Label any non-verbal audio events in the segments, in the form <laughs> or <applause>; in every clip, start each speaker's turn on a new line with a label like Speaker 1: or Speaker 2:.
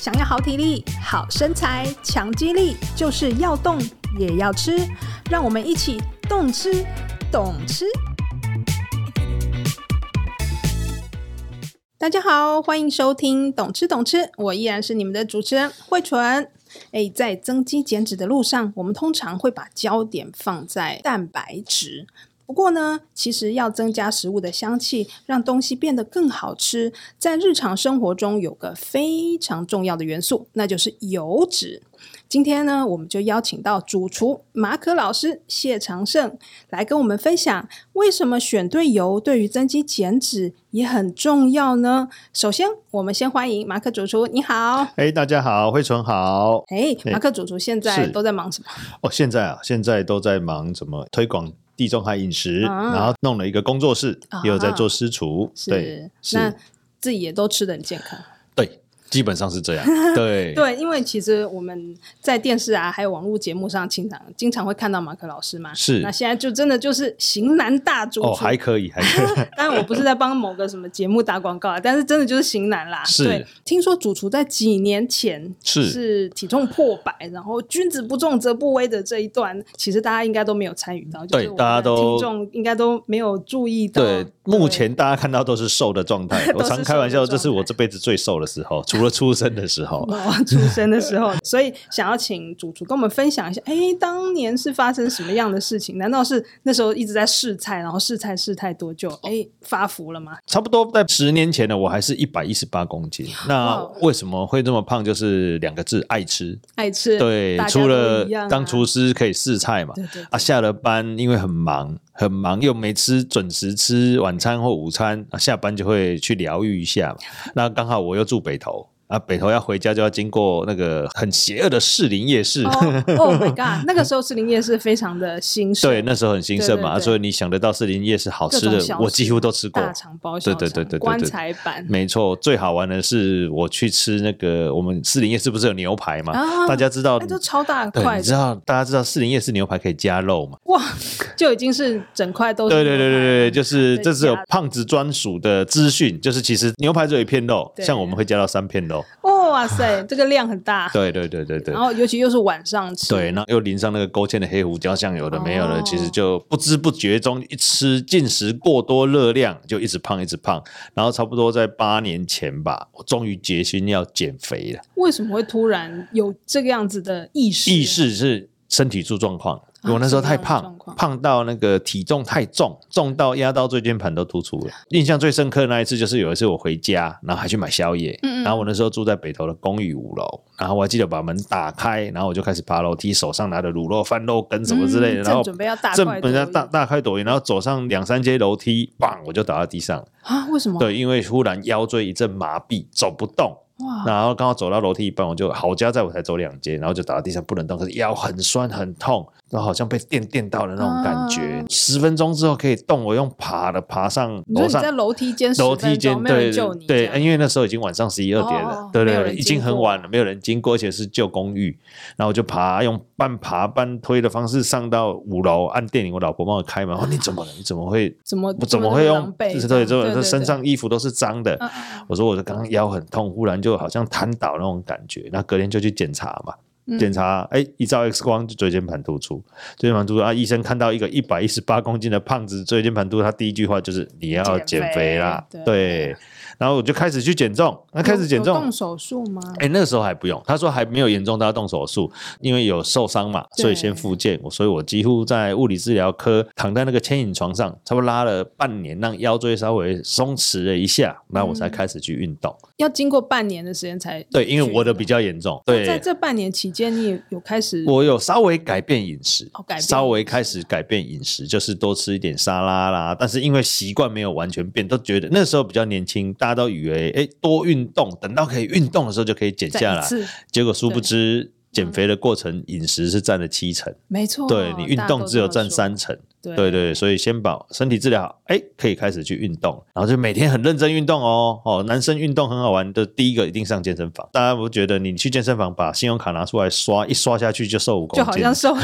Speaker 1: 想要好体力、好身材、强肌力，就是要动也要吃。让我们一起动吃、懂吃。大家好，欢迎收听《懂吃懂吃》，我依然是你们的主持人慧纯。哎，在增肌减脂的路上，我们通常会把焦点放在蛋白质。不过呢，其实要增加食物的香气，让东西变得更好吃，在日常生活中有个非常重要的元素，那就是油脂。今天呢，我们就邀请到主厨马可老师谢长胜来跟我们分享，为什么选对油对于增肌减脂也很重要呢？首先，我们先欢迎马可主厨，你好。
Speaker 2: 哎，大家好，慧纯好。
Speaker 1: 哎，
Speaker 2: 哎
Speaker 1: 马可主厨现在
Speaker 2: 是
Speaker 1: 都在忙什么？
Speaker 2: 哦，现在啊，现在都在忙怎么推广地中海饮食，
Speaker 1: 啊
Speaker 2: 然后弄了一个工作室，
Speaker 1: 啊
Speaker 2: 也有在做私厨。对，是
Speaker 1: 那自己也都吃的很健康。
Speaker 2: 对，基本上是这样。对，
Speaker 1: <laughs>
Speaker 2: 哦
Speaker 1: 对，因为其实我们在电视啊，还有网络节目上，经常经常会看到马可老师嘛。
Speaker 2: 是
Speaker 1: 那现在就真的就是型男大主厨。
Speaker 2: 哦，还可以，还
Speaker 1: <laughs>
Speaker 2: 可以。
Speaker 1: 当然，我不是在帮某个什么节目打广告啊，但是真的就是型男啦。
Speaker 2: 是
Speaker 1: 对，听说主厨在几年前
Speaker 2: 是
Speaker 1: 是体重破百，然后君子不重则不威的这一段，其实大家应该都没有参与到，就是
Speaker 2: 对
Speaker 1: 我们的
Speaker 2: 大家都
Speaker 1: 听众应该都没有注意到。
Speaker 2: 对，目前大家看到都是瘦的状态
Speaker 1: 哦 <laughs> 。都
Speaker 2: 我
Speaker 1: 是
Speaker 2: 常开玩笑，
Speaker 1: 瘦的状态
Speaker 2: 这是我这辈子最瘦的时候，除了出生的时候。 <laughs>
Speaker 1: 我 <laughs> 出生的时候，所以想要请主厨跟我们分享一下，哎，当年是发生什么样的事情？难道是那时候一直在试菜，然后试菜试太多就哎发福了吗？
Speaker 2: 差不多在十年前呢，我还是一百一十八公斤。那
Speaker 1: 哇哦
Speaker 2: 为什么会这么胖？就是两个字：爱吃。
Speaker 1: 爱吃，
Speaker 2: 对，
Speaker 1: 大家
Speaker 2: 除
Speaker 1: 都
Speaker 2: 了
Speaker 1: 一样啊
Speaker 2: 当厨师可以试菜嘛，
Speaker 1: 对对对
Speaker 2: 啊，下了班因为很忙，很忙又没吃准时吃晚餐或午餐，啊，下班就会去疗愈一下嘛。那刚好我又住北投啊，北投要回家就要经过那个很邪恶的士林夜市。
Speaker 1: 哦 oh my god！那个时候士林夜市非常的兴盛，
Speaker 2: <laughs> 对，那时候很兴盛嘛，
Speaker 1: 对对对
Speaker 2: 啊所以你想得到士林夜市好吃
Speaker 1: 各种
Speaker 2: 的
Speaker 1: 小，
Speaker 2: 我几乎都吃过。
Speaker 1: 大肠包小肠，
Speaker 2: 对对对对对对嗯
Speaker 1: 棺材板，
Speaker 2: 没错，最好玩的是我去吃那个我们士林夜市不是有牛排嘛？
Speaker 1: 啊
Speaker 2: 大家知道，
Speaker 1: 那就超大
Speaker 2: 对，
Speaker 1: 块
Speaker 2: 你知，道大家知道士林夜市牛排可以加肉嘛？
Speaker 1: 哇，就已经是整块都是
Speaker 2: 对对对对对，就是
Speaker 1: 对
Speaker 2: 这是有
Speaker 1: 加
Speaker 2: 胖子专属的资讯，就是其实牛排只有一片肉，
Speaker 1: 对
Speaker 2: 像我们会加到三片肉。
Speaker 1: 哦哇塞，这个量很大，
Speaker 2: 对对对对对
Speaker 1: 然。后尤其又是晚上吃，
Speaker 2: 对，然后又淋上那个勾芡的黑胡椒酱，有的没有的，
Speaker 1: 哦
Speaker 2: 其实就不知不觉中一吃进食过多热量，就一直胖一直胖。然后差不多在八年前吧，我终于决心要减肥了。
Speaker 1: 为什么会突然有这个样子的意识？啊
Speaker 2: 意识是身体出状况，我那时候太
Speaker 1: 什么样的状
Speaker 2: 胖
Speaker 1: 况，
Speaker 2: 胖到那个体重太重，重到压到椎间盘都突出
Speaker 1: 嗯
Speaker 2: 了。印象最深刻的那一次就是有一次我回家，然后还去买宵夜，
Speaker 1: 嗯
Speaker 2: 然后我那时候住在北头的公寓五楼，然后我还记得把门打开，然后我就开始爬楼梯，手上拿着卤肉饭、肉羹什么之类的，
Speaker 1: 嗯
Speaker 2: 然后
Speaker 1: 正准备要大
Speaker 2: 正
Speaker 1: 快朵
Speaker 2: 本
Speaker 1: 颐
Speaker 2: 来大大开朵颐，然后走上两三阶楼梯，砰，我就倒在地上。
Speaker 1: 啊？为什么？
Speaker 2: 对，因为忽然腰椎一阵麻痹，走不动。
Speaker 1: 哇，
Speaker 2: 然后刚好走到楼梯一半，我就好家在我才走两阶，然后就倒在地上不能动，可是腰很酸很痛，然后好像被电电到的那种感觉
Speaker 1: 啊。
Speaker 2: 十、分钟之后可以动，我用爬的爬上
Speaker 1: 你说
Speaker 2: 楼
Speaker 1: 你
Speaker 2: 上
Speaker 1: 在楼梯间，
Speaker 2: 楼梯间，
Speaker 1: 没有人
Speaker 2: 对
Speaker 1: 救你，
Speaker 2: 对哎
Speaker 1: 这，样
Speaker 2: 因为那时候已经晚上十一二点
Speaker 1: 哦
Speaker 2: 了
Speaker 1: 哦，
Speaker 2: 对
Speaker 1: 没有
Speaker 2: 对，
Speaker 1: 人
Speaker 2: 已
Speaker 1: 经
Speaker 2: 经很
Speaker 1: 过
Speaker 2: 晚了，没有人经过，而且是旧公寓，然后我就爬用半爬半推的方式上到五楼，按电铃，我老婆帮我开门，哦，你怎么了？你怎么会？
Speaker 1: 怎么
Speaker 2: 我怎么
Speaker 1: 那
Speaker 2: 会
Speaker 1: 么
Speaker 2: 用
Speaker 1: 狼？狈
Speaker 2: 是
Speaker 1: 这
Speaker 2: 对，
Speaker 1: 样
Speaker 2: 这
Speaker 1: 对
Speaker 2: 这
Speaker 1: 对
Speaker 2: 身
Speaker 1: 对
Speaker 2: 上衣服都是脏的
Speaker 1: 嗯。嗯
Speaker 2: 我说我的刚刚腰很痛，忽然就好像瘫倒那种感觉，那隔天就去检查嘛，
Speaker 1: 嗯
Speaker 2: 检查哎一照 X 光就椎间盘突出，椎间盘突出啊，医生看到一个一百一十八公斤的胖子椎间盘突出，他第一句话就是你要
Speaker 1: 减
Speaker 2: 减
Speaker 1: 肥
Speaker 2: 肥啦，
Speaker 1: 对
Speaker 2: 然后我就开始去减重，那开始减
Speaker 1: 有
Speaker 2: 重
Speaker 1: 动。手术吗？
Speaker 2: 哎，那个时候还不用，他说还没有严重到要动手术，因为有受伤嘛，
Speaker 1: 对
Speaker 2: 所以先复健。我所以，我几乎在物理治疗科躺在那个牵引床上，差不多拉了半年，让腰椎稍微松弛了一下，那我才开始去运动。
Speaker 1: 要经过半年的时间才
Speaker 2: 对，因为我的
Speaker 1: 去
Speaker 2: 比较严重，
Speaker 1: 那在
Speaker 2: 对，
Speaker 1: 这半年期间，你有有开始
Speaker 2: 我有稍微改变饮食
Speaker 1: 哦改变饮，食
Speaker 2: 稍微开始改变饮食，就是多吃一点沙拉啦。但是因为习惯没有完全变，都觉得那时候比较年轻，大家都以为哎多运动，等到可以运动的时候就可以减下
Speaker 1: 再一
Speaker 2: 来，
Speaker 1: 次？
Speaker 2: 结果殊不知。减肥的过程，饮食是占了七成，
Speaker 1: 没错，
Speaker 2: 对你运
Speaker 1: 嗯哦大家
Speaker 2: 动
Speaker 1: 都
Speaker 2: 只有
Speaker 1: 这么说，
Speaker 2: 占三成，
Speaker 1: 对
Speaker 2: 对对，所以先把身体治疗好，哎，可以开始去运动，然后就每天很认真运动哦。哦，男生运动很好玩的，第一个一定上健身房。大家不觉得你去健身房把信用卡拿出来刷，一刷下去就瘦五公
Speaker 1: 就
Speaker 2: 斤，
Speaker 1: 好像瘦，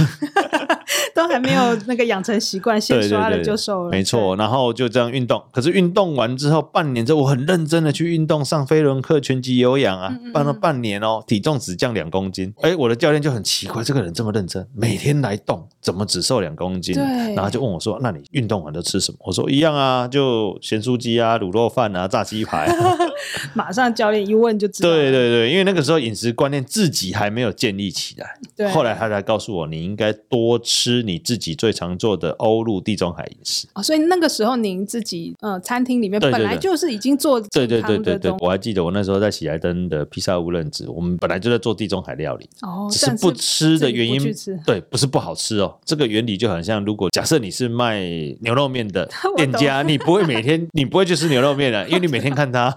Speaker 1: <laughs> 都还没有那个养成习惯，先
Speaker 2: 对对
Speaker 1: 刷了
Speaker 2: 对
Speaker 1: 就瘦了，
Speaker 2: 没错，然后就这样运动。可是运动完之后，半年之后，我很认真的去运动，上飞轮课、拳击、有氧
Speaker 1: 嗯
Speaker 2: 啊，办了半年哦，体重只降两公斤。哎，我的教练就很奇怪，这个人这么认真，每天来动，怎么只瘦两公斤？
Speaker 1: 对
Speaker 2: 然后就问我说：“那你运动完都吃什么？”我说：“一样啊，就咸酥鸡啊、卤肉饭啊、炸鸡排、啊。
Speaker 1: <laughs>
Speaker 2: <laughs>
Speaker 1: 对马上教练一问就”知道了，
Speaker 2: 对对对，因为那个时候饮食观念自己还没有建立起来。
Speaker 1: 对，
Speaker 2: 后来他才告诉我，你应该多吃你自己最常做的欧陆地中海饮食。
Speaker 1: 哦，所以那个时候您自己呃餐厅里面
Speaker 2: 对
Speaker 1: 本
Speaker 2: 对
Speaker 1: 来
Speaker 2: 对
Speaker 1: 就是已经做
Speaker 2: 对对
Speaker 1: 健
Speaker 2: 对
Speaker 1: 康
Speaker 2: 对
Speaker 1: 的
Speaker 2: 对
Speaker 1: 东，
Speaker 2: 我还记得我那时候在喜来登的披萨屋任职，我们本来就在做地中海料理，
Speaker 1: 哦，
Speaker 2: 只是
Speaker 1: 但
Speaker 2: 不吃的原
Speaker 1: 自己
Speaker 2: 因
Speaker 1: 不去吃。
Speaker 2: 对，不是不好吃哦。这个原理就很像，如果假设你是卖牛肉面
Speaker 1: <laughs>
Speaker 2: 的店家，你不会每天你不会去吃牛肉面啊的，因为你每天
Speaker 1: <laughs>
Speaker 2: 看它。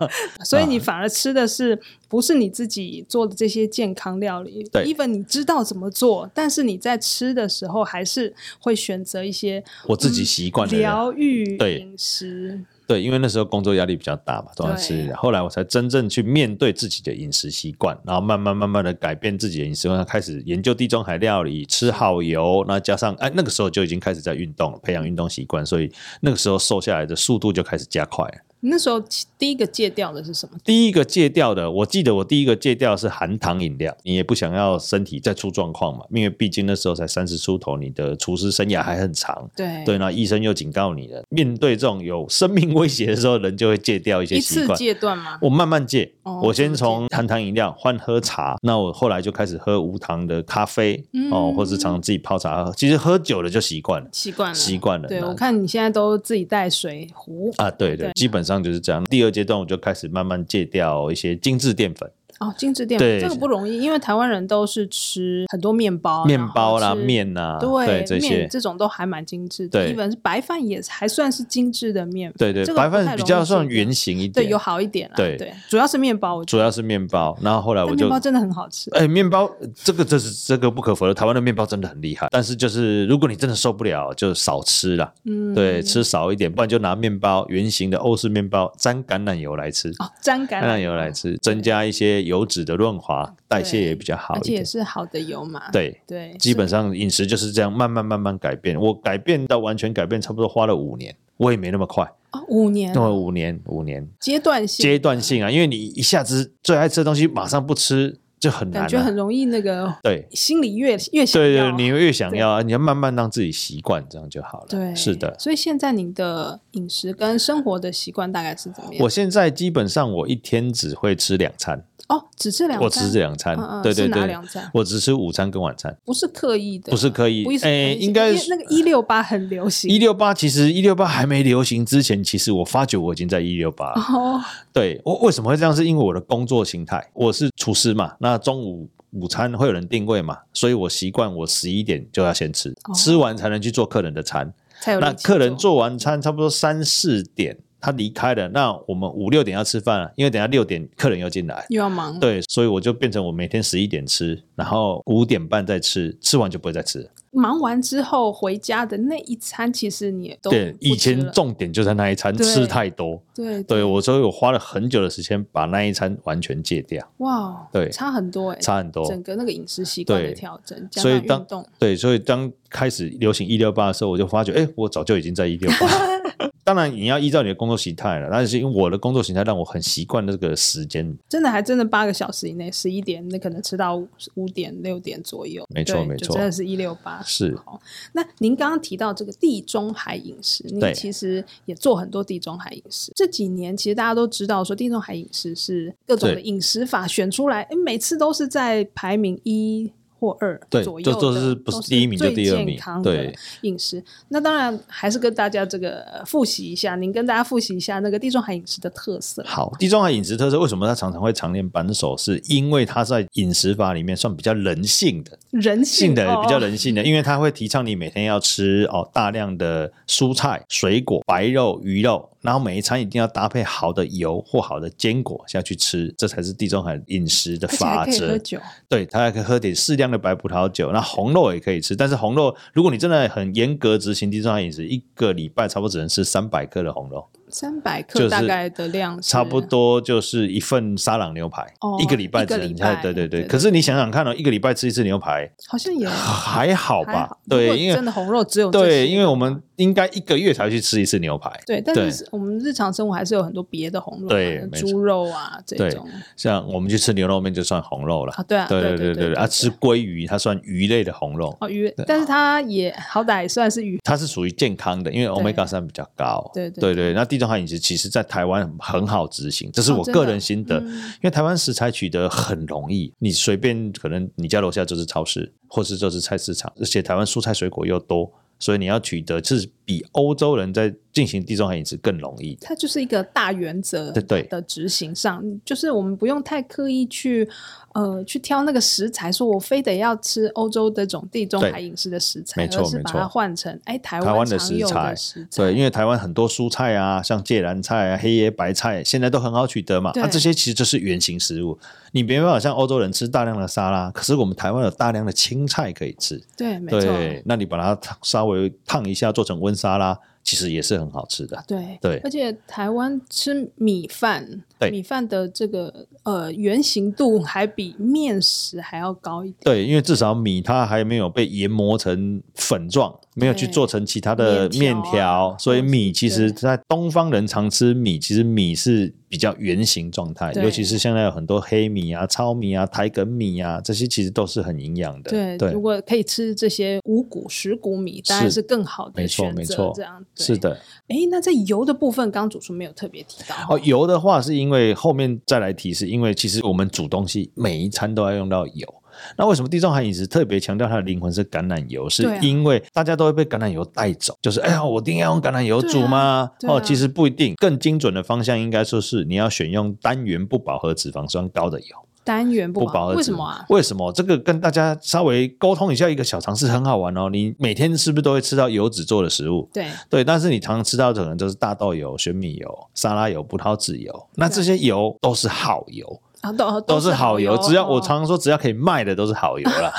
Speaker 1: 所
Speaker 2: 啊
Speaker 1: 以你反而吃的是不是你自己做的这些健康料理？
Speaker 2: 对
Speaker 1: ，even 你知道怎么做，但是你在吃的时候还是会选择一些
Speaker 2: 我自己习
Speaker 1: 嗯
Speaker 2: 惯了，
Speaker 1: 疗愈
Speaker 2: 对
Speaker 1: 饮食。
Speaker 2: 对，因为那时候工作压力比较大嘛，总要吃一点。后来我才真正去面对自己的饮食习惯，然后慢慢慢慢的改变自己的饮食习惯，开始研究地中海料理，吃好油，那加上哎那个时候就已经开始在运动了，培养运动习惯，所以那个时候瘦下来的速度就开始加快了。
Speaker 1: 你那时候第一个戒掉的是什么？
Speaker 2: 第一个戒掉的，我记得我第一个戒掉是含糖饮料，你也不想要身体再出状况嘛，因为毕竟那时候才三十出头，你的厨师生涯还很长。
Speaker 1: 对
Speaker 2: 对，那医生又警告你了，面对这种有生命威胁的时候，人就会戒掉一些
Speaker 1: 一
Speaker 2: 习
Speaker 1: 次
Speaker 2: 惯。
Speaker 1: 戒断吗？
Speaker 2: 我慢慢戒，
Speaker 1: 哦
Speaker 2: 我先从含糖饮料换喝茶，那我后来就开始喝无糖的咖啡、
Speaker 1: 嗯
Speaker 2: 哦，或是常自己泡茶喝。其实喝久了就习惯了，
Speaker 1: 习惯了，
Speaker 2: 习惯了。
Speaker 1: 对，
Speaker 2: 那
Speaker 1: 我看你现在都自己带水壶
Speaker 2: 啊，对对，
Speaker 1: 对
Speaker 2: 基本上就是这样。第二阶段我就开始慢慢戒掉一些精致淀粉，
Speaker 1: 哦，精致淀粉
Speaker 2: 对
Speaker 1: 这个不容易，因为台湾人都是吃很多面包、
Speaker 2: 面包
Speaker 1: 哦
Speaker 2: 啦、
Speaker 1: 然后吃
Speaker 2: 面呐、
Speaker 1: 对
Speaker 2: 这些
Speaker 1: 面。这种都还蛮精致的，
Speaker 2: 对
Speaker 1: 一本是白饭也还算是精致的面，
Speaker 2: 对对
Speaker 1: 这，个
Speaker 2: 白
Speaker 1: 不太容
Speaker 2: 饭比
Speaker 1: 易
Speaker 2: 较
Speaker 1: 戒
Speaker 2: 算
Speaker 1: 掉
Speaker 2: 圆形一点，
Speaker 1: 对有好一点啦，
Speaker 2: 对
Speaker 1: 主要是面包，我觉
Speaker 2: 主要是面包。然后后来
Speaker 1: 得
Speaker 2: 我
Speaker 1: 但
Speaker 2: 就
Speaker 1: 面包真的很好吃，
Speaker 2: 哎，面包这个这是这个不可否认，台湾的面包真的很厉害。但是就是如果你真的受不了，就少吃啦。嗯，对，吃少一点，不然就拿面包圆形的欧式面包沾橄榄油来吃，
Speaker 1: 哦，沾橄
Speaker 2: 橄榄油来吃，增加一些油脂的润滑，代谢也比较好
Speaker 1: 而
Speaker 2: 一
Speaker 1: 且也
Speaker 2: 点。
Speaker 1: 是好的油嘛，
Speaker 2: 对，
Speaker 1: 对，
Speaker 2: 基本上饮食就是这样，慢慢慢慢改变。我改变到完全改变，差不多花了五年，我也没那么快，
Speaker 1: 哦五年
Speaker 2: 那么五年五年
Speaker 1: 阶段性，
Speaker 2: 阶段性啊，因为你一下子最爱吃的东西马上不吃就很
Speaker 1: 感
Speaker 2: 难了、
Speaker 1: 觉很容易那个
Speaker 2: 啊对。
Speaker 1: 心里越越想
Speaker 2: 对
Speaker 1: 要
Speaker 2: 对，你越想要啊，你要慢慢让自己习惯，这样就好了。
Speaker 1: 对
Speaker 2: 是的。
Speaker 1: 所以现在您的饮食跟生活的习惯大概是怎么样？
Speaker 2: 我现在基本上我一天只会吃两餐，
Speaker 1: 哦，只吃两餐，
Speaker 2: 我只吃两餐，
Speaker 1: 嗯嗯
Speaker 2: 对对
Speaker 1: 是哪
Speaker 2: 对
Speaker 1: 两餐，
Speaker 2: 我只吃午餐跟晚餐，
Speaker 1: 不是刻意的，
Speaker 2: 不是刻意
Speaker 1: 不是刻意，
Speaker 2: 诶应该
Speaker 1: 因为
Speaker 2: 是
Speaker 1: 那个一六八很流行，
Speaker 2: 一六八其实一六八还没流行之前，其实我发觉我已经在一六八了。
Speaker 1: 哦，
Speaker 2: 对我为什么会这样？是因为我的工作形态，我是厨师嘛，那中午午餐会有人定位嘛，所以我习惯我十一点就要先吃，吃完才能去做客人的餐。
Speaker 1: 哦才有
Speaker 2: 那
Speaker 1: 力气
Speaker 2: 客人做完餐差不多三四点，他离开了，那我们五六点要吃饭了，因为等一下六点客人又进来。
Speaker 1: 又要忙，了，
Speaker 2: 对，所以我就变成我每天十一点吃，然后五点半再吃，吃完就不会再吃了。
Speaker 1: 忙完之后回家的那一餐，其实你也都
Speaker 2: 对
Speaker 1: 不，吃
Speaker 2: 以前
Speaker 1: 了
Speaker 2: 重点就在那一餐
Speaker 1: 对嗯
Speaker 2: 吃太多，
Speaker 1: 对
Speaker 2: 对我，所以我花了很久的时间把那一餐完全戒掉，
Speaker 1: 哇，
Speaker 2: 对
Speaker 1: 差很多哎，
Speaker 2: 差很多。
Speaker 1: 整个那个饮食习惯的
Speaker 2: 对
Speaker 1: 调整，加
Speaker 2: 所以
Speaker 1: 上
Speaker 2: 当
Speaker 1: 运动，
Speaker 2: 对，所以当开始流行一六八的时候，我就发觉，哎，我早就已经在一六八。
Speaker 1: <laughs>
Speaker 2: 当然，你要依照你的工作形态了，但是因为我的工作形态让我很习惯这个时间，
Speaker 1: 真的还真的八个小时以内，十一点那可能吃到五点六点左右，
Speaker 2: 没错
Speaker 1: 对
Speaker 2: 没
Speaker 1: 就
Speaker 2: 错
Speaker 1: 真的是一六八。
Speaker 2: 是
Speaker 1: 那您刚刚提到这个地中海饮食，您
Speaker 2: 对
Speaker 1: 其实也做很多地中海饮食。这几年其实大家都知道，说地中海饮食是各种的
Speaker 2: 对
Speaker 1: 饮食法选出来，诶每次都是在排名一。或二
Speaker 2: 对
Speaker 1: 左右
Speaker 2: 就
Speaker 1: 的
Speaker 2: 都是不是第一名就
Speaker 1: 最
Speaker 2: 第二名
Speaker 1: 健康的
Speaker 2: 对
Speaker 1: 饮食，那当然还是跟大家这个呃复习一下，您跟大家复习一下那个地中海饮食的特色。
Speaker 2: 好，地中海饮食特色为什么它常常会常年扳手？是因为它在饮食法里面算比较人性的，
Speaker 1: 人
Speaker 2: 性
Speaker 1: 性
Speaker 2: 的
Speaker 1: 哦
Speaker 2: 比较人性的，因为它会提倡你每天要吃哦大量的蔬菜、水果、白肉、鱼肉，然后每一餐一定要搭配好的油或好的坚果下去吃，这才是地中海饮食的
Speaker 1: 而且还
Speaker 2: 法
Speaker 1: 可以喝
Speaker 2: 则。
Speaker 1: 酒，
Speaker 2: 对，它还可以喝点适量的白葡萄酒，那红肉也可以吃，但是红肉如果你真的很严格执行地中海饮食，一个礼拜差不多只能吃三百克的红肉。
Speaker 1: 三百
Speaker 2: 就
Speaker 1: 克
Speaker 2: 是
Speaker 1: 大概的量是啊
Speaker 2: 差不多就是一份沙朗牛排，
Speaker 1: 哦
Speaker 2: 一个礼拜
Speaker 1: 一个
Speaker 2: 只
Speaker 1: 礼
Speaker 2: 能
Speaker 1: 拜
Speaker 2: 对对
Speaker 1: 对
Speaker 2: 对。可是你想想看哦，一个礼拜吃一次牛
Speaker 1: <laughs>
Speaker 2: 排
Speaker 1: 好像也
Speaker 2: 还好
Speaker 1: 还
Speaker 2: 吧
Speaker 1: 好？如果
Speaker 2: 对，因为
Speaker 1: 真的红肉只哦有这
Speaker 2: 对，
Speaker 1: 些
Speaker 2: 因为我们应该一个月才去吃一次牛排。
Speaker 1: 对，但
Speaker 2: 对
Speaker 1: 是我们日常生活还是有很多别的红肉嘛，
Speaker 2: 对没错
Speaker 1: 猪肉啊这
Speaker 2: 对
Speaker 1: 种
Speaker 2: 像我们去吃牛肉面就算红肉了
Speaker 1: 啊，，对啊，
Speaker 2: 对
Speaker 1: 对
Speaker 2: 对
Speaker 1: 对
Speaker 2: 对，啊，吃鲑鱼它算鱼类的红肉，
Speaker 1: 哦鱼，但是它也好歹也算是鱼，
Speaker 2: 它是属于健康的，因为 omega 三比较高。
Speaker 1: 对对
Speaker 2: 对那地中海饮食其实在台湾很好执行，这是
Speaker 1: 哦
Speaker 2: 我
Speaker 1: 真
Speaker 2: 个
Speaker 1: 的
Speaker 2: 人心得，因为台湾食材取得很容易，你随便可能你家楼下就是超市，或是就是菜市场，而且台湾蔬菜水果又多，所以你要取得是比欧洲人在进行地中海饮食更容易的。
Speaker 1: 它就是一个大原则
Speaker 2: 对对
Speaker 1: 的执行上，就是我们不用太刻意去呃去挑那个食材，说我非得要吃欧洲这种地中海饮食的食材，
Speaker 2: 没错
Speaker 1: 而是把
Speaker 2: 没
Speaker 1: 它
Speaker 2: 错
Speaker 1: 换成哎台
Speaker 2: 台湾的
Speaker 1: 常有
Speaker 2: 食材
Speaker 1: 食材，
Speaker 2: 对，因为台湾很多蔬菜啊，像芥蓝菜啊、黑椰白菜，现在都很好取得嘛。
Speaker 1: 对
Speaker 2: 啊，这些其实就是原型食物，你没办法像欧洲人吃大量的沙拉，可是我们台湾有大量的青菜可以吃。
Speaker 1: 对没错，
Speaker 2: 对，那你把它烫稍微烫一下，做成温沙拉，其实也是很好吃的。
Speaker 1: 对
Speaker 2: 对
Speaker 1: 而且台湾吃米饭，
Speaker 2: 对
Speaker 1: 米饭的这个呃圆形度还比面食还要高一点。
Speaker 2: 对，因为至少米它还没有被研磨成粉状，没有去
Speaker 1: 对
Speaker 2: 做成其他的
Speaker 1: 面条啊
Speaker 2: 面条，所以
Speaker 1: 或者
Speaker 2: 米其实，
Speaker 1: 对
Speaker 2: 在东方人常吃米，其实米是比较圆形状态，
Speaker 1: 对
Speaker 2: 尤其是现在有很多黑米啊、糙米啊、台梗米啊，这些其实都是很营养的。
Speaker 1: 对，
Speaker 2: 对
Speaker 1: 如，果可以吃这些五谷、十谷米，当然
Speaker 2: 是
Speaker 1: 是更好的
Speaker 2: 没错
Speaker 1: 选
Speaker 2: 没
Speaker 1: 择
Speaker 2: 错。
Speaker 1: 这样
Speaker 2: 是，的。
Speaker 1: 哎，诶那在油的部分，刚刚主厨没有特别提到
Speaker 2: 哦，油的话是因为后面再来提示，因为其实我们煮东西每一餐都要用到油。那为什么地中海饮食特别强调它的灵魂是橄榄油？是
Speaker 1: 对啊
Speaker 2: 因为大家都会被橄榄油带走，就是哎呀，我一定要用橄榄油煮吗？
Speaker 1: 对啊对啊
Speaker 2: 哦，其实不一定，更精准的方向应该说是你要选用单元不饱和脂肪酸高的油。
Speaker 1: 单元不
Speaker 2: 不
Speaker 1: 饱
Speaker 2: 饱
Speaker 1: 和，
Speaker 2: 和
Speaker 1: 为
Speaker 2: 脂
Speaker 1: 什
Speaker 2: 肪
Speaker 1: 么啊？？
Speaker 2: 为什么？这个跟大家稍微沟通一下一个小常识，很好玩哦。你每天是不是都会吃到油脂做的食物？
Speaker 1: 对，
Speaker 2: 对，但是你常吃到的可能就是大豆油、玄米油、沙拉油、葡萄籽油，那
Speaker 1: 对
Speaker 2: 这些油都是好油，
Speaker 1: 啊都
Speaker 2: 都是好油。
Speaker 1: 油，
Speaker 2: 只要我
Speaker 1: 哦
Speaker 2: 常常说，只要可以卖的都是好油啦。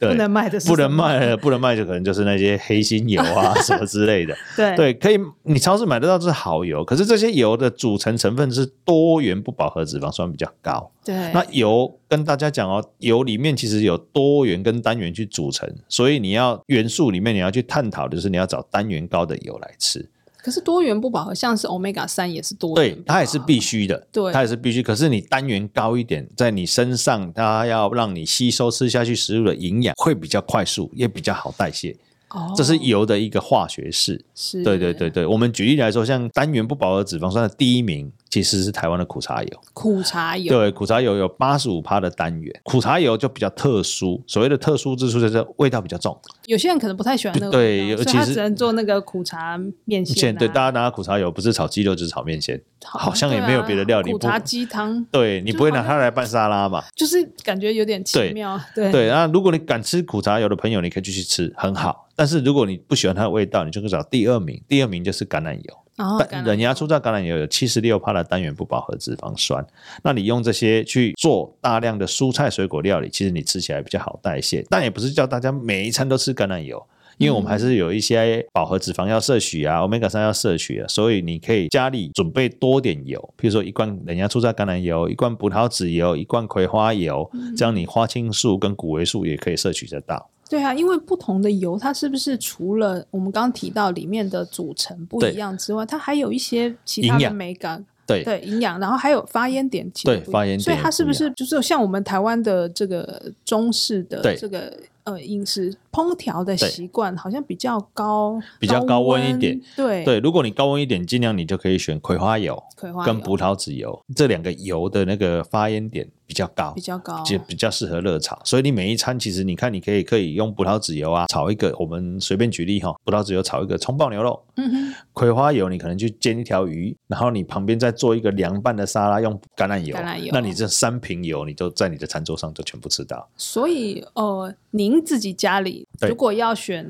Speaker 2: 对，
Speaker 1: <laughs> 不能卖的是
Speaker 2: 不
Speaker 1: 什
Speaker 2: 能
Speaker 1: 么，
Speaker 2: 卖的，不能卖就可能就是那些黑心
Speaker 1: <laughs>
Speaker 2: 油啊什么之类的。
Speaker 1: 对
Speaker 2: 对，可以，你超市买得到这是好油，可是这些油的组成成分是多元不饱和脂肪酸比较高。
Speaker 1: 对，
Speaker 2: 那油跟大家讲哦，油里面其实有多元跟单元去组成，所以你要元素里面你要去探讨的就是你要找单元高的油来吃。
Speaker 1: 可是多元不饱和，像是 omega 三也是多元
Speaker 2: 对
Speaker 1: 不饱和，，
Speaker 2: 它也是必须的，
Speaker 1: 对
Speaker 2: 它也是必须。可是你单元高一点，在你身上，它要让你吸收吃下去食物的营养会比较快速，也比较好代谢。
Speaker 1: 哦，
Speaker 2: 这是油的一个化学式。
Speaker 1: 是，
Speaker 2: 对对对，对，我们举例来说，像单元不饱和脂肪酸的第一名其实是台湾的苦茶油。
Speaker 1: 苦茶油，
Speaker 2: 对，苦茶油有八十五趴的单元，苦茶油就比较特殊。所谓的特殊之处就是味道比较重。
Speaker 1: 有些人可能不太喜欢那个味
Speaker 2: 对
Speaker 1: 道，
Speaker 2: 尤
Speaker 1: 所以
Speaker 2: 其
Speaker 1: 他
Speaker 2: 是
Speaker 1: 只能做那个苦茶面
Speaker 2: 以前
Speaker 1: 线、啊。
Speaker 2: 对大家拿苦茶油不是炒鸡肉就是炒面线，好像也没有别的料理
Speaker 1: 对啊苦
Speaker 2: 不
Speaker 1: 茶鸡汤
Speaker 2: 对你
Speaker 1: 就
Speaker 2: 不会
Speaker 1: 好
Speaker 2: 拿
Speaker 1: 像
Speaker 2: 它来拌沙拉嘛？
Speaker 1: 就是感觉有点奇
Speaker 2: 对
Speaker 1: 妙。对
Speaker 2: 对，那如果你敢吃苦茶油的朋友，你可以继续吃，很好。但是如果你不喜欢它的味道，你就可以找第二名，第二名就是橄榄油。
Speaker 1: 然后
Speaker 2: 但人
Speaker 1: 家
Speaker 2: 家出哦榨橄榄油有七十六帕的单元不饱和脂肪酸，那你用这些去做大量的蔬菜水果料理，其实你吃起来比较好代谢。但也不是叫大家每一餐都吃橄榄油。因为我们还是有一些饱和脂肪要摄取啊，omega 三要摄取啊，所以你可以家里准备多点油，譬如说一罐人家出榨橄榄油，一罐葡萄籽油，一罐葵花油，这样你花青素跟谷维素也可以摄取得到。
Speaker 1: 对啊，因为不同的油，它是不是除了我们刚刚提到里面的组成不一
Speaker 2: 对
Speaker 1: 样之外，它还有一些其他
Speaker 2: 营
Speaker 1: 的
Speaker 2: 养
Speaker 1: 美感？
Speaker 2: 对，
Speaker 1: 对营养，然后还有发烟点其实
Speaker 2: 对
Speaker 1: 不一样
Speaker 2: 发烟点
Speaker 1: 所以它是不
Speaker 2: 不一
Speaker 1: 是就是像我们台湾的这个中式的
Speaker 2: 对
Speaker 1: 这个呃饮食烹调的
Speaker 2: 对
Speaker 1: 习惯，好像比较高，
Speaker 2: 比较高温一点，
Speaker 1: 对，
Speaker 2: 对，如果你高温一点，尽量你就可以选葵花油。
Speaker 1: 葵花
Speaker 2: 跟
Speaker 1: 油
Speaker 2: 葡萄籽油这两个油的那个发烟点比较高
Speaker 1: 比，较高，
Speaker 2: 就比较适合热炒。所以你每一餐其实你看，你可以可以用葡萄籽油啊炒一个，我们随便举例哈，葡萄籽油炒一个葱爆牛肉，
Speaker 1: 嗯哼，
Speaker 2: 葵花油你可能去煎一条鱼，然后你旁边再做一个凉拌的沙拉，用橄榄油，
Speaker 1: 橄榄油
Speaker 2: 那你这三瓶油你都在你的餐桌上就全部吃到。
Speaker 1: 所以呃，您自己家里
Speaker 2: 对
Speaker 1: 如果要选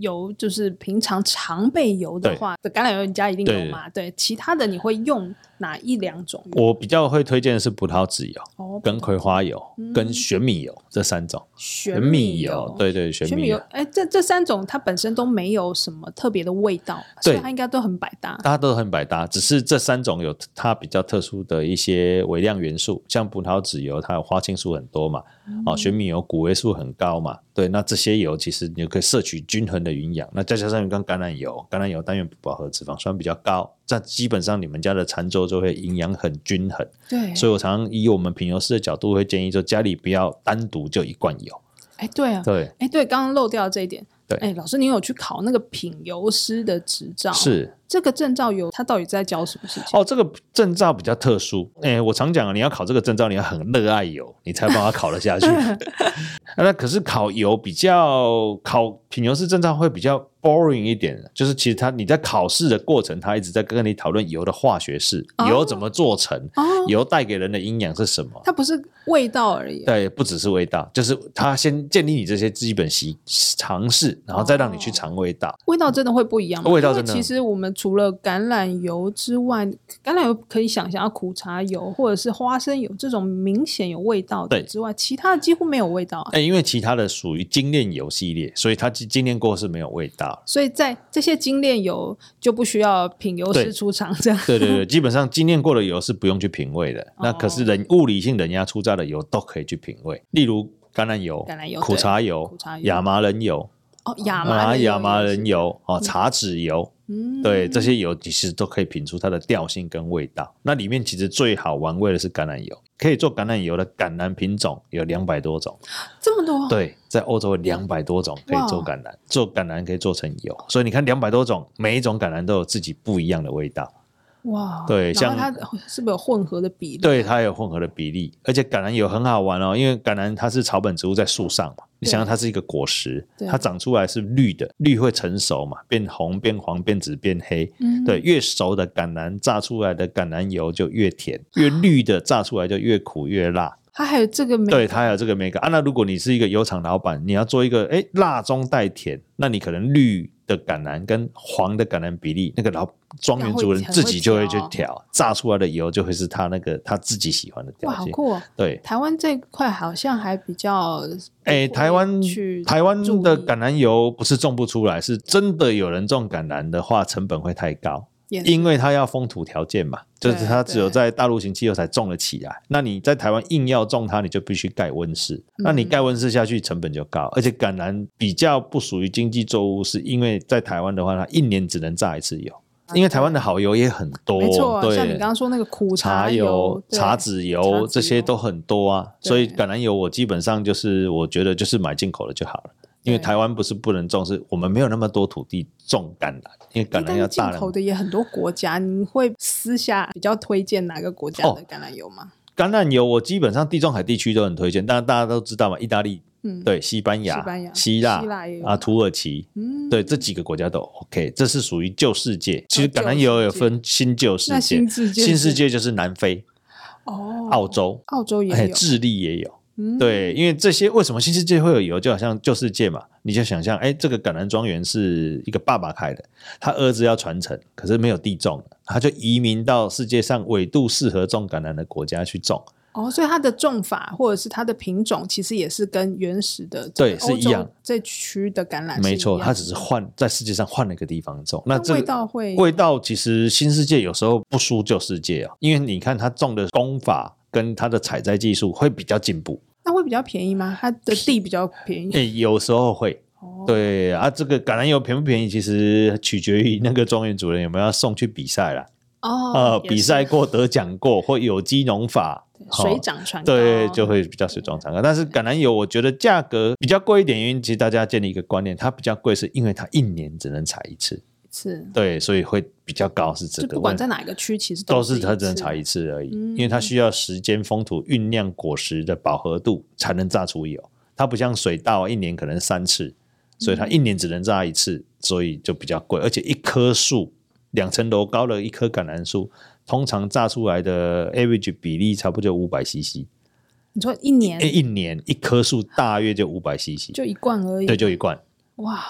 Speaker 1: 油，就是平常常备油的
Speaker 2: 对
Speaker 1: 话，橄榄油你家一定有嘛？对，其他的你会用哪一两种油？
Speaker 2: 我比较会推荐的是葡萄籽油、
Speaker 1: 哦，
Speaker 2: 跟葵花油
Speaker 1: 嗯、
Speaker 2: 跟玄米油这三种。
Speaker 1: 玄
Speaker 2: 米
Speaker 1: 油，
Speaker 2: 对对，玄
Speaker 1: 玄
Speaker 2: 米
Speaker 1: 米油
Speaker 2: 油，，
Speaker 1: 哎，这这三种它本身都没有什么特别的味道，所以
Speaker 2: 对
Speaker 1: 它应该都很百搭。
Speaker 2: 大家都很百搭，只是这三种有它比较特殊的一些微量元素，像葡萄籽油，它有花青素很多嘛，哦，玄米油谷维素很高嘛，对，那这些油其实你就可以摄取均衡的营养，那再加上刚橄榄油，橄榄油单元不饱和脂肪酸比较高，这基本上你们家的餐桌就会营养很均衡，
Speaker 1: 对，
Speaker 2: 所以我常常以我们品油师的角度会建议说，家里不要单独就一罐油，
Speaker 1: 哎，对啊，
Speaker 2: 对，
Speaker 1: 哎，对，刚刚漏掉这一点。
Speaker 2: 对
Speaker 1: 哎，老师，你有去考那个品油师的执照？
Speaker 2: 是。
Speaker 1: 这个证照有，它到底在教什么事情？
Speaker 2: 哦，这个证照比较特殊。诶，我常讲啊，你要考这个证照，你要很热爱油，你才把它考
Speaker 1: <laughs>
Speaker 2: 得下去。啊那可是考油比较考品油师证照会比较 boring 一点，就是其实他你在考试的过程，他一直在跟你讨论油的化学式，
Speaker 1: 哦
Speaker 2: 油怎么做成，
Speaker 1: 哦，
Speaker 2: 油带给人的营养是什么。
Speaker 1: 它不是味道而已。啊
Speaker 2: 对，不只是味道，就是他先建立你这些基本习尝试，然后再让你去
Speaker 1: 哦
Speaker 2: 尝味道。
Speaker 1: 味道真的会不一样吗？
Speaker 2: 哦味道
Speaker 1: 因为
Speaker 2: 真的
Speaker 1: 其实我们除了橄榄油之外，橄榄油可以想象啊，苦茶油或者是花生油这种明显有味道的
Speaker 2: 对
Speaker 1: 之外，其他的几乎没有味道啊。
Speaker 2: 哎、因为其他的属于精炼油系列，所以它精精炼过是没有味道。
Speaker 1: 所以在这些精炼油就不需要品油师
Speaker 2: 对
Speaker 1: 出场这样。
Speaker 2: 对对对，基本上精炼过的油是不用去品味的。
Speaker 1: 哦
Speaker 2: 那可是人物理性冷压出榨的油都可以去品味，例如橄榄油、
Speaker 1: 橄榄油
Speaker 2: 苦茶油、
Speaker 1: 苦茶油
Speaker 2: 亚麻仁油、
Speaker 1: 哦，亚麻
Speaker 2: 啊
Speaker 1: 仁
Speaker 2: 亚麻仁
Speaker 1: 油
Speaker 2: 油、哦茶籽油，
Speaker 1: 也是，嗯，
Speaker 2: 对这些油其实都可以品出它的调性跟味道。那里面其实最好玩味的是橄榄油，可以做橄榄油的橄榄品种有两百多种。
Speaker 1: 这么多，
Speaker 2: 对，在欧洲两百多种可以做橄榄，做橄榄可以做成油，所以你看两百多种，每一种橄榄都有自己不一样的味道。
Speaker 1: 哇，
Speaker 2: 对
Speaker 1: 然后
Speaker 2: 像
Speaker 1: 它是不是有混合的比例？
Speaker 2: 对，它有混合的比例，而且橄榄油很好玩哦，因为橄榄它是草本植物在树上嘛，你
Speaker 1: 对
Speaker 2: 想想它是一个果实
Speaker 1: 对，
Speaker 2: 它长出来是绿的，绿会成熟嘛，变红、变黄、变紫、变黑。
Speaker 1: 嗯
Speaker 2: 对，越熟的橄榄榨出来的橄榄油就越甜，越绿的榨出来就越苦越辣。
Speaker 1: 它还有这个美
Speaker 2: 对，它有这个美感啊。那如果你是一个油厂老板，你要做一个哎辣中带甜，那你可能绿的橄榄跟黄的橄榄比例，那个老庄园主人自己就会去
Speaker 1: 很会
Speaker 2: 调，榨出来的油就会是他那个他自己喜欢的调
Speaker 1: 哇，好
Speaker 2: 性。
Speaker 1: 酷哦！
Speaker 2: 对，
Speaker 1: 台湾这块好像还比较
Speaker 2: 哎，台湾
Speaker 1: 去
Speaker 2: 台湾
Speaker 1: 注
Speaker 2: 的
Speaker 1: 意
Speaker 2: 橄榄油不是种不出来，是真的有人种橄榄的话，成本会太高。
Speaker 1: 也是
Speaker 2: 因为它要风土条件嘛，就
Speaker 1: 对
Speaker 2: 是它只有
Speaker 1: 对
Speaker 2: 在大陆型气候才种得起来。那你在台湾硬要种它，你就必须盖温室。
Speaker 1: 嗯
Speaker 2: 那你盖温室下去成本就高，而且橄榄比较不属于经济作物，是因为在台湾的话，它一年只能榨一次油。因为台湾的好油也很多，
Speaker 1: 啊没错啊，
Speaker 2: 哦对，
Speaker 1: 像你刚刚说那个苦
Speaker 2: 茶
Speaker 1: 油
Speaker 2: 油、、
Speaker 1: 对茶
Speaker 2: 茶籽
Speaker 1: 籽
Speaker 2: 油
Speaker 1: 油
Speaker 2: 这些都很多啊，
Speaker 1: 对
Speaker 2: 所以橄榄油我基本上就是我觉得就是买进口的就好了，因为
Speaker 1: 对
Speaker 2: 台湾不是不能种，是我们没有那么多土地种橄榄，因为橄榄
Speaker 1: 但
Speaker 2: 要
Speaker 1: 是进
Speaker 2: 大量
Speaker 1: 口的也很多国家，你会私下比较推荐哪个国家
Speaker 2: 哦
Speaker 1: 的橄榄油吗？
Speaker 2: 橄榄油我基本上地中海地区都很推荐，但大家都知道嘛，意大利、
Speaker 1: 嗯，，
Speaker 2: 对西班牙、
Speaker 1: 西班牙、
Speaker 2: 希腊
Speaker 1: 希腊也有
Speaker 2: 啊、土耳其，
Speaker 1: 嗯，哦
Speaker 2: 对这几个国家都 OK，这是属于旧世界。其实
Speaker 1: 旧
Speaker 2: 橄榄油
Speaker 1: 世
Speaker 2: 有
Speaker 1: 界
Speaker 2: 分新旧世
Speaker 1: 那
Speaker 2: 界，
Speaker 1: 新世界
Speaker 2: 新
Speaker 1: 是
Speaker 2: 世界就是南非、
Speaker 1: 哦，
Speaker 2: 澳洲、
Speaker 1: 澳洲也
Speaker 2: 哎
Speaker 1: 有，
Speaker 2: 智利也有。
Speaker 1: 嗯，
Speaker 2: 对，因为这些为什么新世界会有油，就好像旧世界嘛，你就想象，哎，这个橄榄庄园是一个爸爸开的，他儿子要传承，可是没有地种，他就移民到世界上纬度适合种橄榄的国家去种。
Speaker 1: 哦，所以它的种法或者是它的品种，其实也是跟原始的这个
Speaker 2: 对是
Speaker 1: 欧
Speaker 2: 一
Speaker 1: 洲
Speaker 2: 样
Speaker 1: 这区的橄榄是
Speaker 2: 没
Speaker 1: 一
Speaker 2: 错，
Speaker 1: 样
Speaker 2: 它只是换在世界上换了一个地方种。那
Speaker 1: 那
Speaker 2: 这
Speaker 1: 味
Speaker 2: 个
Speaker 1: 道会
Speaker 2: 味道其实新世界有时候不输旧世界啊，因为你看它种的工法跟它的采摘技术会比较进步，
Speaker 1: 那会比较便宜吗？它的地比较便宜
Speaker 2: 诶，有时候会。
Speaker 1: 嗯哦，
Speaker 2: 对啊，这个橄榄油便不便宜，其实取决于那个庄园主人有没有要送去比赛啦。
Speaker 1: 哦
Speaker 2: 呃，，
Speaker 1: 也
Speaker 2: 比
Speaker 1: 是
Speaker 2: 赛过、得奖过或有机农法，
Speaker 1: 水
Speaker 2: 哦
Speaker 1: 涨船高，
Speaker 2: 对，就会比较水涨船高。但是橄榄油，我觉得价格比较贵一点，因为其实大家建立一个观念，它比较贵是因为它一年只能采一次，
Speaker 1: 是
Speaker 2: 对，所以会比较高，是这
Speaker 1: 就
Speaker 2: 个
Speaker 1: 不管
Speaker 2: 问
Speaker 1: 在哪一个区，其实
Speaker 2: 都
Speaker 1: 是
Speaker 2: 是它只
Speaker 1: 只
Speaker 2: 能采一次而已，
Speaker 1: 嗯
Speaker 2: 因为它需要时间、风土酝酿果实的饱和度才能榨出油。它不像水稻，一年可能三次，所以
Speaker 1: 嗯
Speaker 2: 它一年只能榨一次，所以就比较贵。而且一棵树两层楼高的一棵橄榄树，通常榨出来的 average 比例差不多就五百 CC，
Speaker 1: 你说一年
Speaker 2: 一年一棵树大约就五百 CC，
Speaker 1: 就一罐而已，
Speaker 2: 对，就一罐。
Speaker 1: 哇，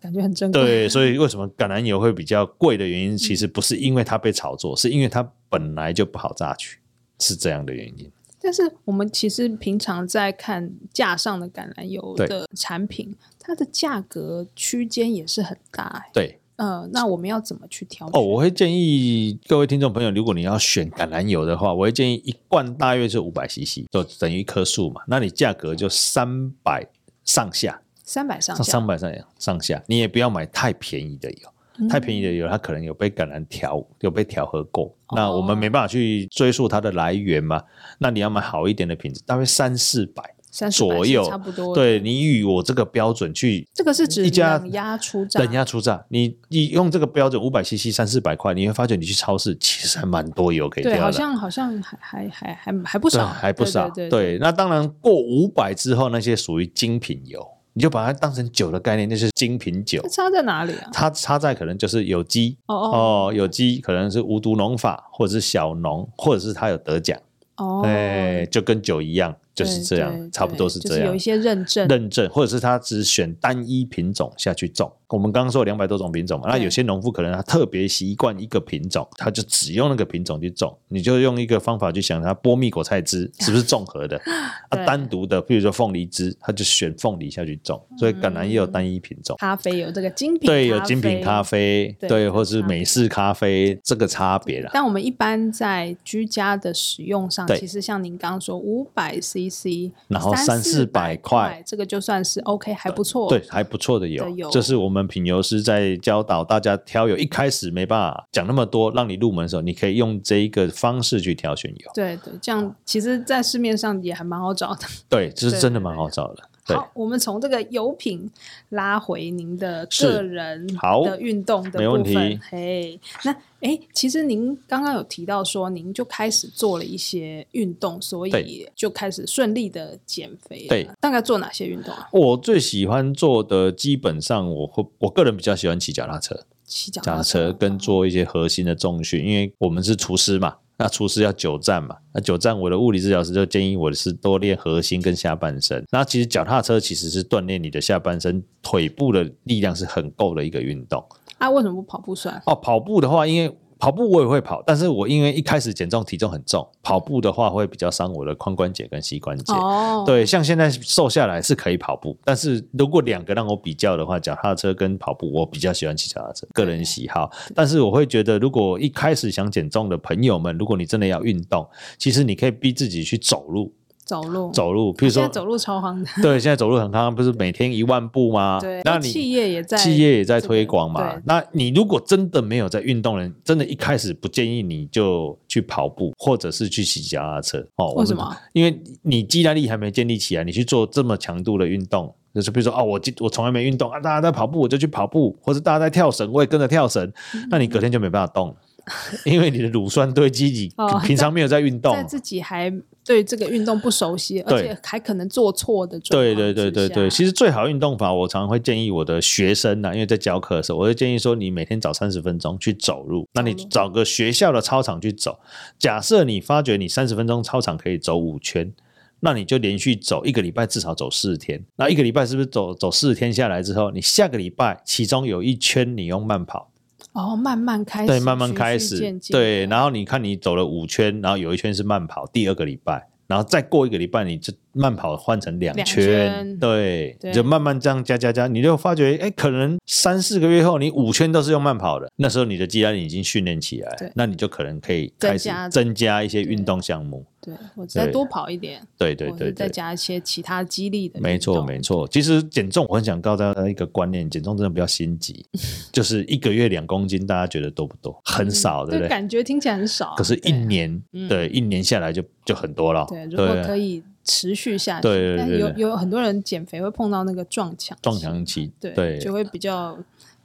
Speaker 1: 感觉很 <laughs> 珍贵。
Speaker 2: 对，所以为什么橄榄油会比较贵的原因，其实不是因为它被炒作，是因为它本来就不好榨取，是这样的原因。
Speaker 1: 但是我们其实平常在看架上的橄榄油
Speaker 2: 对
Speaker 1: 的产品，它的价格区间也是很大、欸。
Speaker 2: 对
Speaker 1: 呃，那我们要怎么去挑选？
Speaker 2: 哦，我会建议各位听众朋友，如果你要选橄榄油的话，我会建议一罐大约是五百 CC，就等于一棵树嘛，那你价格就三百上下，
Speaker 1: 三百上
Speaker 2: 上
Speaker 1: 下，
Speaker 2: 三百上下上下，你也不要买太便宜的油。
Speaker 1: 嗯
Speaker 2: 太便宜的油，它可能有被橄榄调，有被调和过。
Speaker 1: 哦
Speaker 2: 那我们没办法去追溯它的来源嘛？那你要买好一点的品质，大约三四百
Speaker 1: 三十
Speaker 2: 左右，
Speaker 1: 差不多。，
Speaker 2: 对你以我这个标准去
Speaker 1: 这个是指
Speaker 2: 一家
Speaker 1: 冷压出榨，
Speaker 2: 等压出榨，你你用这个标准五百 CC 三四百块，你会发觉你去超市其实还蛮多油可以
Speaker 1: 对，好
Speaker 2: 挑的。
Speaker 1: 像好像还还还还还不
Speaker 2: 对
Speaker 1: 少，
Speaker 2: 还不少。
Speaker 1: 对对
Speaker 2: 对，那当然过五百之后，那些属于精品油，你就把它当成酒的概念，那就是精品酒
Speaker 1: 那。差在哪里啊？
Speaker 2: 它差在可能就是有机
Speaker 1: 哦
Speaker 2: 哦，有机可能是无毒农法，或者是小农，或者是它有得奖，
Speaker 1: 哦，
Speaker 2: 哎，就跟酒一样，就是
Speaker 1: 对
Speaker 2: 这
Speaker 1: 对
Speaker 2: 样，差不多
Speaker 1: 对
Speaker 2: 是
Speaker 1: 就
Speaker 2: 这样。
Speaker 1: 有一些认证，
Speaker 2: 认证，或者是他只选单一品种下去种。我们刚刚说两百多种品种嘛，那
Speaker 1: 对
Speaker 2: 有些农夫可能他特别习惯一个品种，他就只用那个品种去种。你就用一个方法去想，他波蜜果
Speaker 1: <laughs>
Speaker 2: 菜汁是不是综合的？
Speaker 1: 对
Speaker 2: 啊，单独的，比如说凤梨汁，他就选凤梨下去种。所以橄榄也有单一品种。
Speaker 1: 咖啡有这个精嗯品，
Speaker 2: 对，有精品咖。啡，
Speaker 1: 对
Speaker 2: 对，或是美式咖啡，这个差别啦。
Speaker 1: 但我们一般在居家的使用上，
Speaker 2: 对
Speaker 1: 其实像您刚刚说，五百 CC，
Speaker 2: 然后
Speaker 1: 三
Speaker 2: 400
Speaker 1: 块
Speaker 2: 块，
Speaker 1: 这个就算是 OK，还不错。
Speaker 2: 对，还不错的油
Speaker 1: 的油，
Speaker 2: 这是我们品油师在教导大家挑油。一开始没办法讲那么多，让你入门的时候，你可以用这一个方式去挑选油。
Speaker 1: 对对，这样其实，在市面上也还蛮好找的。
Speaker 2: 对，
Speaker 1: 对
Speaker 2: 这是真的蛮好找的。对，
Speaker 1: 好，我们从这个油品拉回您的
Speaker 2: 是
Speaker 1: 个人
Speaker 2: 好
Speaker 1: 的运动的
Speaker 2: 没问
Speaker 1: 部分
Speaker 2: 题。
Speaker 1: 嘿，那哎，其实您刚刚有提到说，您就开始做了一些运动，所以
Speaker 2: 对
Speaker 1: 就开始顺利的减肥。
Speaker 2: 对，
Speaker 1: 大概做哪些运动啊？
Speaker 2: 我最喜欢做的，基本上我会，我个人比较喜欢骑脚踏车，
Speaker 1: 骑脚
Speaker 2: 脚
Speaker 1: 踏
Speaker 2: 踏车跟做一些核心的重训，因为我们是厨师嘛。那厨师要久站嘛？那久站，我的物理治疗师就建议我是多练核心跟下半身。那其实脚踏车其实是锻炼你的下半身、腿部的力量是很够的一个运动。
Speaker 1: 啊？为什么不跑步算？
Speaker 2: 哦，跑步的话，因为跑步我也会跑，但是我因为一开始减重体重很重，跑步的话会比较伤我的髋关节跟膝关节。
Speaker 1: 哦，
Speaker 2: 对，像现在瘦下来是可以跑步，但是如果两个让我比较的话，脚踏车跟跑步，我比较喜欢骑脚踏车，个人喜好。但是我会觉得，如果一开始想减重的朋友们，如果你真的要运动，其实你可以逼自己去走路，
Speaker 1: 走路，
Speaker 2: 走路，譬如
Speaker 1: 现
Speaker 2: 说
Speaker 1: 在，走路超夯的。
Speaker 2: 对，现在走路很康，不是每天一万步吗？
Speaker 1: 对，
Speaker 2: 那你
Speaker 1: 企业也在，
Speaker 2: 企业也在推广嘛
Speaker 1: 对。
Speaker 2: 那你如果真的没有在运动人，真的一开始不建议你就去跑步，或者是去骑脚踏车哦。我
Speaker 1: 为
Speaker 2: 们
Speaker 1: 什么？
Speaker 2: 因为你肌耐力还没建立起来，你去做这么强度的运动。就是比如说哦，我今我从来没运动啊，大家在跑步我就去跑步，或者大家在跳绳我也跟着跳绳，那你隔天就没办法动了， <laughs> 因为你的乳酸堆积，你
Speaker 1: 哦
Speaker 2: 你平常没有在运动
Speaker 1: 在，自己还对这个运动不熟悉，而
Speaker 2: 对
Speaker 1: 且还可能做错的状
Speaker 2: 对
Speaker 1: 况
Speaker 2: 对对对对，
Speaker 1: 之下
Speaker 2: 其实最好的运动法，我常常会建议我的学生呢、因为在教课的时候，我会建议说，你每天找三十分钟去走路，那你
Speaker 1: 走路
Speaker 2: 找个学校的操场去走。假设你发觉你三十分钟操场可以走五圈，那你就连续走一个礼拜，至少走四天。那一个礼拜是不是走走四天下来之后，你下个礼拜其中有一圈你用慢跑，
Speaker 1: 哦，慢慢开始，
Speaker 2: 对，慢慢
Speaker 1: 循
Speaker 2: 开
Speaker 1: 序
Speaker 2: 始
Speaker 1: 渐，进
Speaker 2: 对，然后你看你走了五圈，然后有一圈是慢跑，第二个礼拜，然后再过一个礼拜，你就慢跑换成两
Speaker 1: 两
Speaker 2: 圈，
Speaker 1: 圈
Speaker 2: 对，
Speaker 1: 对
Speaker 2: 你就慢慢这样加加加，你就发觉，哎，可能三四个月后你五圈都是用慢跑的，那时候你的肌耐力已经训练起来
Speaker 1: 对
Speaker 2: 了，那你就可能可以开
Speaker 1: 增
Speaker 2: 始
Speaker 1: 加
Speaker 2: 增加一些
Speaker 1: 对
Speaker 2: 运动项目，
Speaker 1: 对我再
Speaker 2: 对
Speaker 1: 多跑一点，
Speaker 2: 对对
Speaker 1: 或者
Speaker 2: 对
Speaker 1: 是再
Speaker 2: 对。
Speaker 1: 加一些其他激励的运动，
Speaker 2: 没错，没错。其实减重，我很想告诉大家一个观念：减重真的不要
Speaker 1: <laughs>
Speaker 2: 心急，就是一个月两公斤，大家觉得多不多？很少，对
Speaker 1: 嗯对
Speaker 2: 不对？
Speaker 1: 感觉听起来很少啊，
Speaker 2: 可是，一
Speaker 1: 对
Speaker 2: 年
Speaker 1: 嗯
Speaker 2: 对一年下来就就很多了。
Speaker 1: 对，如果可
Speaker 2: 以
Speaker 1: 以持续下去，
Speaker 2: 对啊对对
Speaker 1: 但
Speaker 2: 对
Speaker 1: 有
Speaker 2: 对
Speaker 1: 有很多人减肥会碰到那个撞墙期，
Speaker 2: 撞墙期，
Speaker 1: 对，
Speaker 2: 对
Speaker 1: 就会比较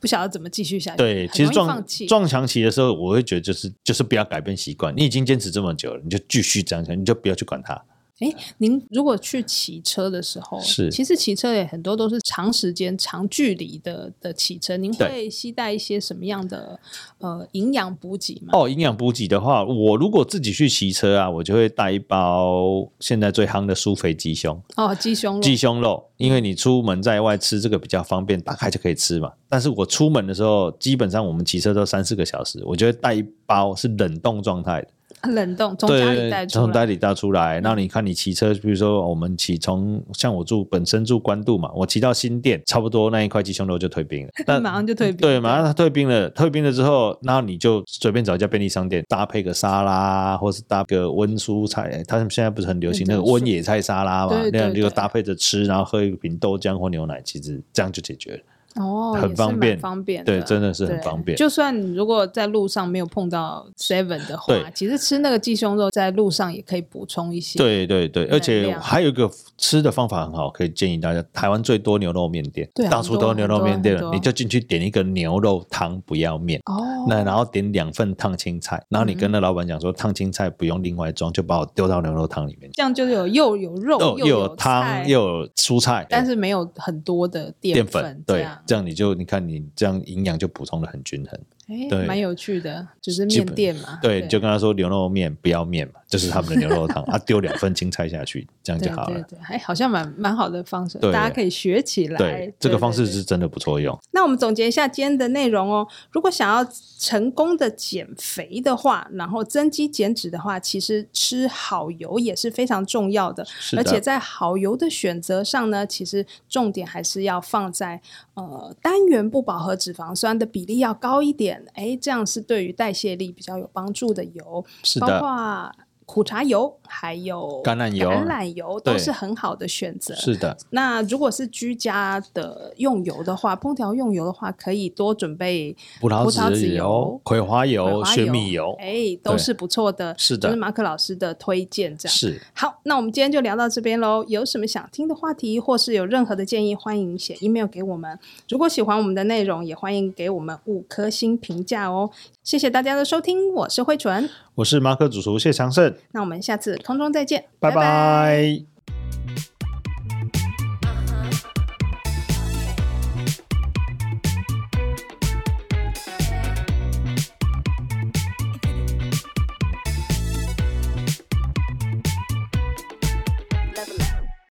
Speaker 1: 不晓得怎么继续下去，
Speaker 2: 对，
Speaker 1: 很
Speaker 2: 其实
Speaker 1: 容易
Speaker 2: 撞
Speaker 1: 放弃
Speaker 2: 撞墙期的时候，我会觉得就是就是不要改变习惯，你已经坚持这么久了，你就继续这样想，你就不要去管它。
Speaker 1: 哎，您如果去骑车的时候，
Speaker 2: 是
Speaker 1: 其实骑车也很多都是长时间、长距离的的骑车，您
Speaker 2: 对
Speaker 1: 会携带一些什么样的呃营养补给吗？
Speaker 2: 哦，营养补给的话，我如果自己去骑车啊，我就会带一包现在最夯的苏肥鸡胸。
Speaker 1: 哦，鸡胸肉，
Speaker 2: 鸡胸肉，因为你出门在外吃这个比较方便，打开就可以吃嘛。但是我出门的时候，基本上我们骑车都三四个小时，我就会带一包是冷冻状态的，
Speaker 1: 冷冻从家里带
Speaker 2: 对，
Speaker 1: 出
Speaker 2: 从
Speaker 1: 来，嗯
Speaker 2: 袋里带出来。那你看，你骑车，比如说我们骑从像我住本身住关渡嘛，我骑到新店，差不多那一块鸡胸肉就退冰了。那
Speaker 1: 马上就退冰
Speaker 2: 嗯对，马上它退冰了。退冰了之后，然后你就随便找一家便利商店搭配个沙拉，或是搭个温蔬菜。他们现在不是很流行那
Speaker 1: 那
Speaker 2: 个
Speaker 1: 种
Speaker 2: 温野菜沙拉嘛
Speaker 1: 对？
Speaker 2: 那样
Speaker 1: 对
Speaker 2: 就
Speaker 1: 对
Speaker 2: 搭配着吃，然后喝一瓶豆浆或牛奶，其实这样就解决了。
Speaker 1: 哦，
Speaker 2: 很
Speaker 1: 也是
Speaker 2: 方
Speaker 1: 蛮
Speaker 2: 便
Speaker 1: 方便的，
Speaker 2: 对，真的是很
Speaker 1: 对
Speaker 2: 方便。
Speaker 1: 就算你如果在路上没有碰到 Seven 的话
Speaker 2: 对，
Speaker 1: 其实吃那个鸡胸肉在路上也可以补充一些。，
Speaker 2: 对对对，而且
Speaker 1: 量
Speaker 2: 还有一个吃的方法很好，可以建议大家。台湾最多牛肉面店，
Speaker 1: 对啊
Speaker 2: 到处都有
Speaker 1: 很多
Speaker 2: 牛肉面店
Speaker 1: 很多很多
Speaker 2: 了，你就进去点一个牛肉汤，不要面。
Speaker 1: 哦，
Speaker 2: 那然后点两份烫青菜，然后你跟那老板讲说烫青菜不用另外装，就把我丢到牛肉汤里面，
Speaker 1: 这样就是有哦又有肉
Speaker 2: 哦又
Speaker 1: 有
Speaker 2: 有汤
Speaker 1: 菜
Speaker 2: 又有蔬菜，哎
Speaker 1: 但是没有很多的
Speaker 2: 淀
Speaker 1: 淀
Speaker 2: 粉，
Speaker 1: 这
Speaker 2: 对
Speaker 1: 样，
Speaker 2: 这样你就你看你这样营养就补充的很均衡。
Speaker 1: 哎，
Speaker 2: 对
Speaker 1: 蛮有趣的，就是
Speaker 2: 基
Speaker 1: 面
Speaker 2: 本
Speaker 1: 店嘛，
Speaker 2: 对，你就跟他说牛肉面不要面嘛，就是他们的牛肉汤啊，丢两份青菜下去，这样
Speaker 1: 对
Speaker 2: 就好
Speaker 1: 对
Speaker 2: 了。
Speaker 1: 对，哎，好像蛮蛮好的方式，
Speaker 2: 对
Speaker 1: 大家可以学起来。
Speaker 2: 对，这个方式
Speaker 1: 对对
Speaker 2: 是真的不错用。
Speaker 1: 那我们总结一下今天的内容哦。如果想要成功的减肥的话，然后增肌减脂的话，其实吃好油也是非常重要的。
Speaker 2: 是的
Speaker 1: 而且在好油的选择上呢，其实重点还是要放在呃单元不饱和脂肪酸的比例要高一点，哎，这样是对于代谢力比较有帮助的油，
Speaker 2: 是
Speaker 1: 包
Speaker 2: 的，
Speaker 1: 括苦茶油还有
Speaker 2: 橄榄油
Speaker 1: 橄榄油都
Speaker 2: 对
Speaker 1: 是很好的选择。
Speaker 2: 是的，
Speaker 1: 那如果是居家的用油的话，烹调用油的话，可以多准备
Speaker 2: 葡萄
Speaker 1: 葡萄籽
Speaker 2: 籽
Speaker 1: 油
Speaker 2: 油、葵花
Speaker 1: 葵
Speaker 2: 油、
Speaker 1: 花
Speaker 2: 玄米油，
Speaker 1: 哎，都是不错的。
Speaker 2: 是的
Speaker 1: 就是马可老师的推荐，这样。
Speaker 2: 是
Speaker 1: 好，那我们今天就聊到这边喽。有什么想听的话题，或是有任何的建议，欢迎写 email 给我们。如果喜欢我们的内容，也欢迎给我们五颗星评价哦。谢谢大家的收听，我是慧纯，
Speaker 2: 我是马可主厨谢长胜，
Speaker 1: 那我们下次空中再见，
Speaker 2: 拜
Speaker 1: 拜
Speaker 2: 拜